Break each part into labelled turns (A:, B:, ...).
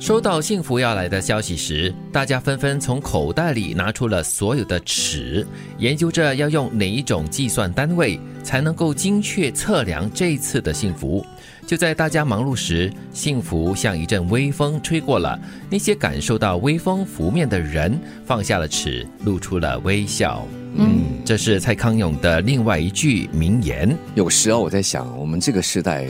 A: 收到幸福要来的消息时，大家纷纷从口袋里拿出了所有的尺，研究着要用哪一种计算单位才能够精确测量这次的幸福。就在大家忙碌时，幸福像一阵微风吹过了，那些感受到微风拂面的人放下了尺，露出了微笑。嗯，这是蔡康永的另外一句名言。
B: 有时啊候我在想，我们这个时代，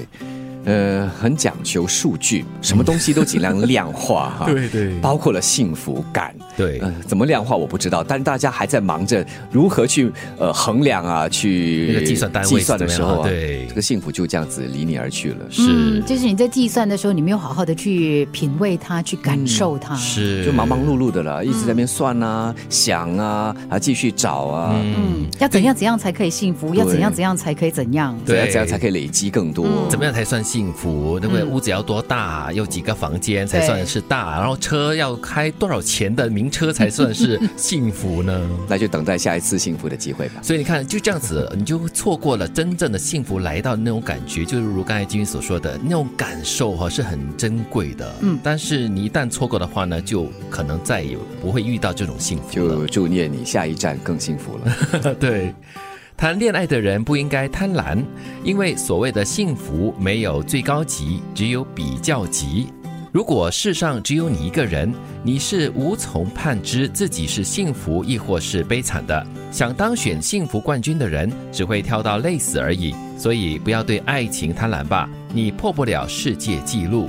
B: 呃，很讲求数据，什么东西都尽量量化 哈。
C: 对对
B: 包括了幸福感，
A: 对
B: 呃，怎么量化我不知道，但大家还在忙着如何去呃衡量啊，去
A: 那个计算单位
B: 计算的时候
A: 是怎么样
B: 啊，
A: 对
B: 这个嗯幸福就这样子离你而去了。
A: 是
D: 嗯就是你在计算的时候，你没有好好的去品味它，去感受它。
A: 嗯是，
B: 就忙忙碌碌的了，一直在那边算啊、想啊，啊继续找啊，
D: 嗯，要怎样怎样才可以幸福？要怎样怎样才可以怎样？
B: 怎样
A: 对
B: 怎样才可以累积更多？
A: 怎么样才算幸福？那个屋子要多大？有几个房间才算是大？然后车要开多少钱的名车才算是幸福呢？
B: 那就等待下一次幸福的机会吧。
A: 所以你看，就这样子，你就错过了真正的幸福来到那种感觉，就如刚才金云所说的那种感受哈、是很珍贵的。嗯，但是你一旦错过的话呢，就可能再也不会遇到这种幸福了。
B: 就祝愿你下一站更幸福了。
A: 对，谈恋爱的人不应该贪婪，因为所谓的幸福没有最高级，只有比较级。如果世上只有你一个人，你是无从判知自己是幸福亦或是悲惨的。想当选幸福冠军的人，只会挑到累死而已。所以不要对爱情贪婪吧，你破不了世界纪录。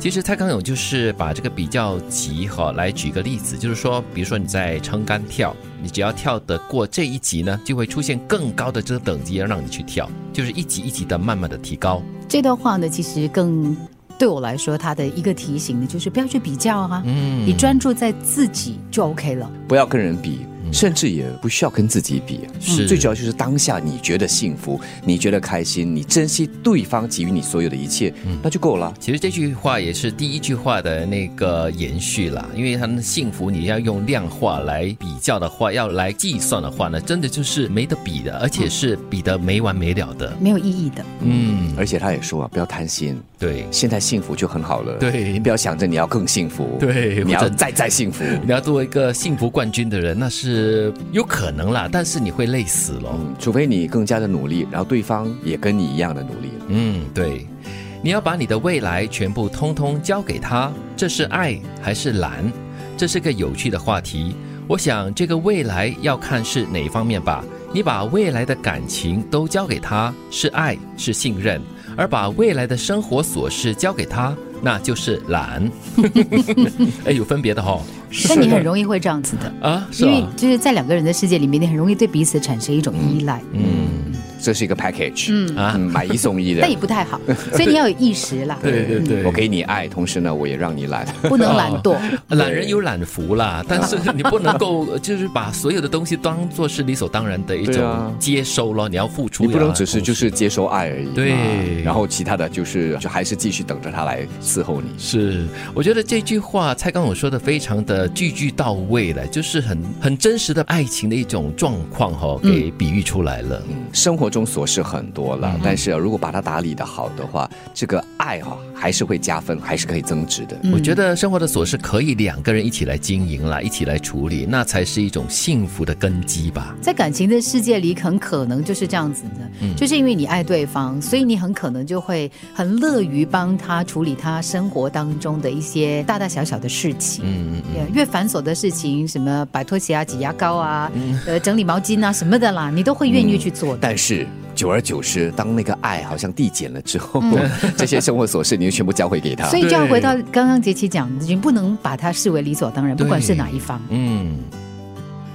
A: 其实蔡康永就是把这个比较级哈来举个例子，就是说，比如说你在撑杆跳，你只要跳得过这一级呢，就会出现更高的这个等级让你去跳，就是一级一级的慢慢的提高。
D: 这段话呢，其实更对我来说，它的一个提醒呢，就是不要去比较啊，
A: 嗯
D: 你专注在自己就 OK 了。
B: 不要跟人比，甚至也不需要跟自己比。
A: 嗯是
B: 最主要就是当下你觉得幸福，你觉得开心，你珍惜对方给予你所有的一切，
A: 嗯
B: 那就够了。
A: 其实这句话也是第一句话的那个延续啦，因为他们幸福你要用量化来比较的话，要来计算的话呢，真的就是没得比的，而且是比得没完没了的。
D: 没有意义的，
A: 嗯，
B: 而且他也说啊，不要贪心，
A: 对
B: 现在幸福就很好了。
A: 对
B: 你不要想着你要更幸福，
A: 对
B: 你
A: 或
B: 要
A: 者
B: 再再 幸福。
A: 你要做一个幸福冠军的人，那是有可能啦，但是你会累死咯。
B: 嗯，除非你更加的努力，然后对方也跟你一样的努力了。
A: 嗯，对，你要把你的未来全部通通交给他，这是爱还是懒？这是个有趣的话题。我想这个未来要看是哪方面吧。你把未来的感情都交给他，是爱，是信任；而把未来的生活琐事交给他，那就是懒。 哎，有分别的哦。
D: 但你很容易会这样子的，
A: 啊，是
D: 因为
A: 啊，
D: 就是在两个人的世界里面，你很容易对彼此产生一种依赖，
A: 嗯
B: 这是一个 package，
D: 嗯
B: 啊，买一送 一的
D: 但也。不太好，所以你要有意识啦，
C: 对对对，
B: 我给你爱，同时呢，我也让你懒。
D: 不能懒 惰。
A: 懒人有懒福 啦，但是你不能够就是把所有的东西当做是理所当然的一
B: 对啊
A: 种接收咯，你要付出
B: 你
A: 呀，
B: 不能只是就是接收爱而已嘛，
A: 对
B: 然后其他的就是就还是继续等着他来伺候你。
A: 是，我觉得这句话蔡康永说的非常的句句到位了，就是很很真实的爱情的一种状况哈、
B: 嗯
A: 哦，给比喻出来了。
B: 生活中琐事很多
A: 嗯
B: 了，但是如果把它打理的好的话，这个爱哈、还是会加分，还是可以增值的。
A: 我觉得生活的琐事可以两个人一起来经营啦，一起来处理，那才是一种幸福的根基吧。
D: 在感情的世界里，很可能就是这样子的，
A: 嗯
D: 就是因为你爱对方，所以你很可能就会很乐于帮他处理他生活当中的一些大大小小的事情。
A: 嗯嗯嗯，
D: 对越繁琐的事情，什么摆拖鞋啊、挤牙膏啊、
A: 嗯
D: 呃整理毛巾啊什么的啦，你都会愿意去做的。
B: 但是久而久之，当那个爱好像递减了之后，
A: 嗯
B: 这些生活琐事你就全部交回给他
D: 所。以就要回到刚刚杰奇讲的，你不能把它视为理所当然，
A: 对
D: 不管是哪一方。
A: 嗯。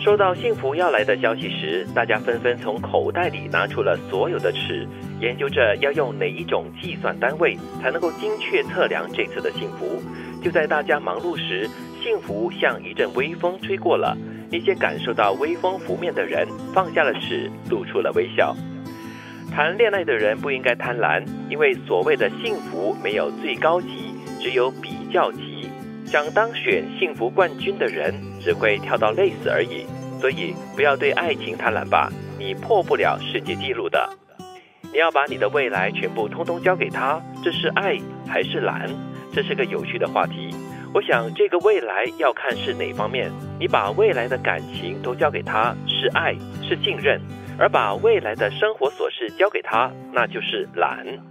A: 收到幸福要来的消息时，大家纷纷从口袋里拿出了所有的尺，研究着要用哪一种计算单位才能够精确测量这次的幸福。就在大家忙碌时，幸福像一阵微风吹过了，那些感受到微风拂面的人放下了尺，露出了微笑。谈恋爱的人不应该贪婪，因为所谓的幸福没有最高级，只有比较级。想当选幸福冠军的人，只会跳到累死而已。所以不要对爱情贪婪吧，你破不了世界纪录的。你要把你的未来全部通通交给他，这是爱还是懒？这是个有趣的话题。
E: 我想这个未来要看是哪方面，你把未来的感情都交给他，是爱，是信任；而把未来的生活琐事交给他，那就是懒。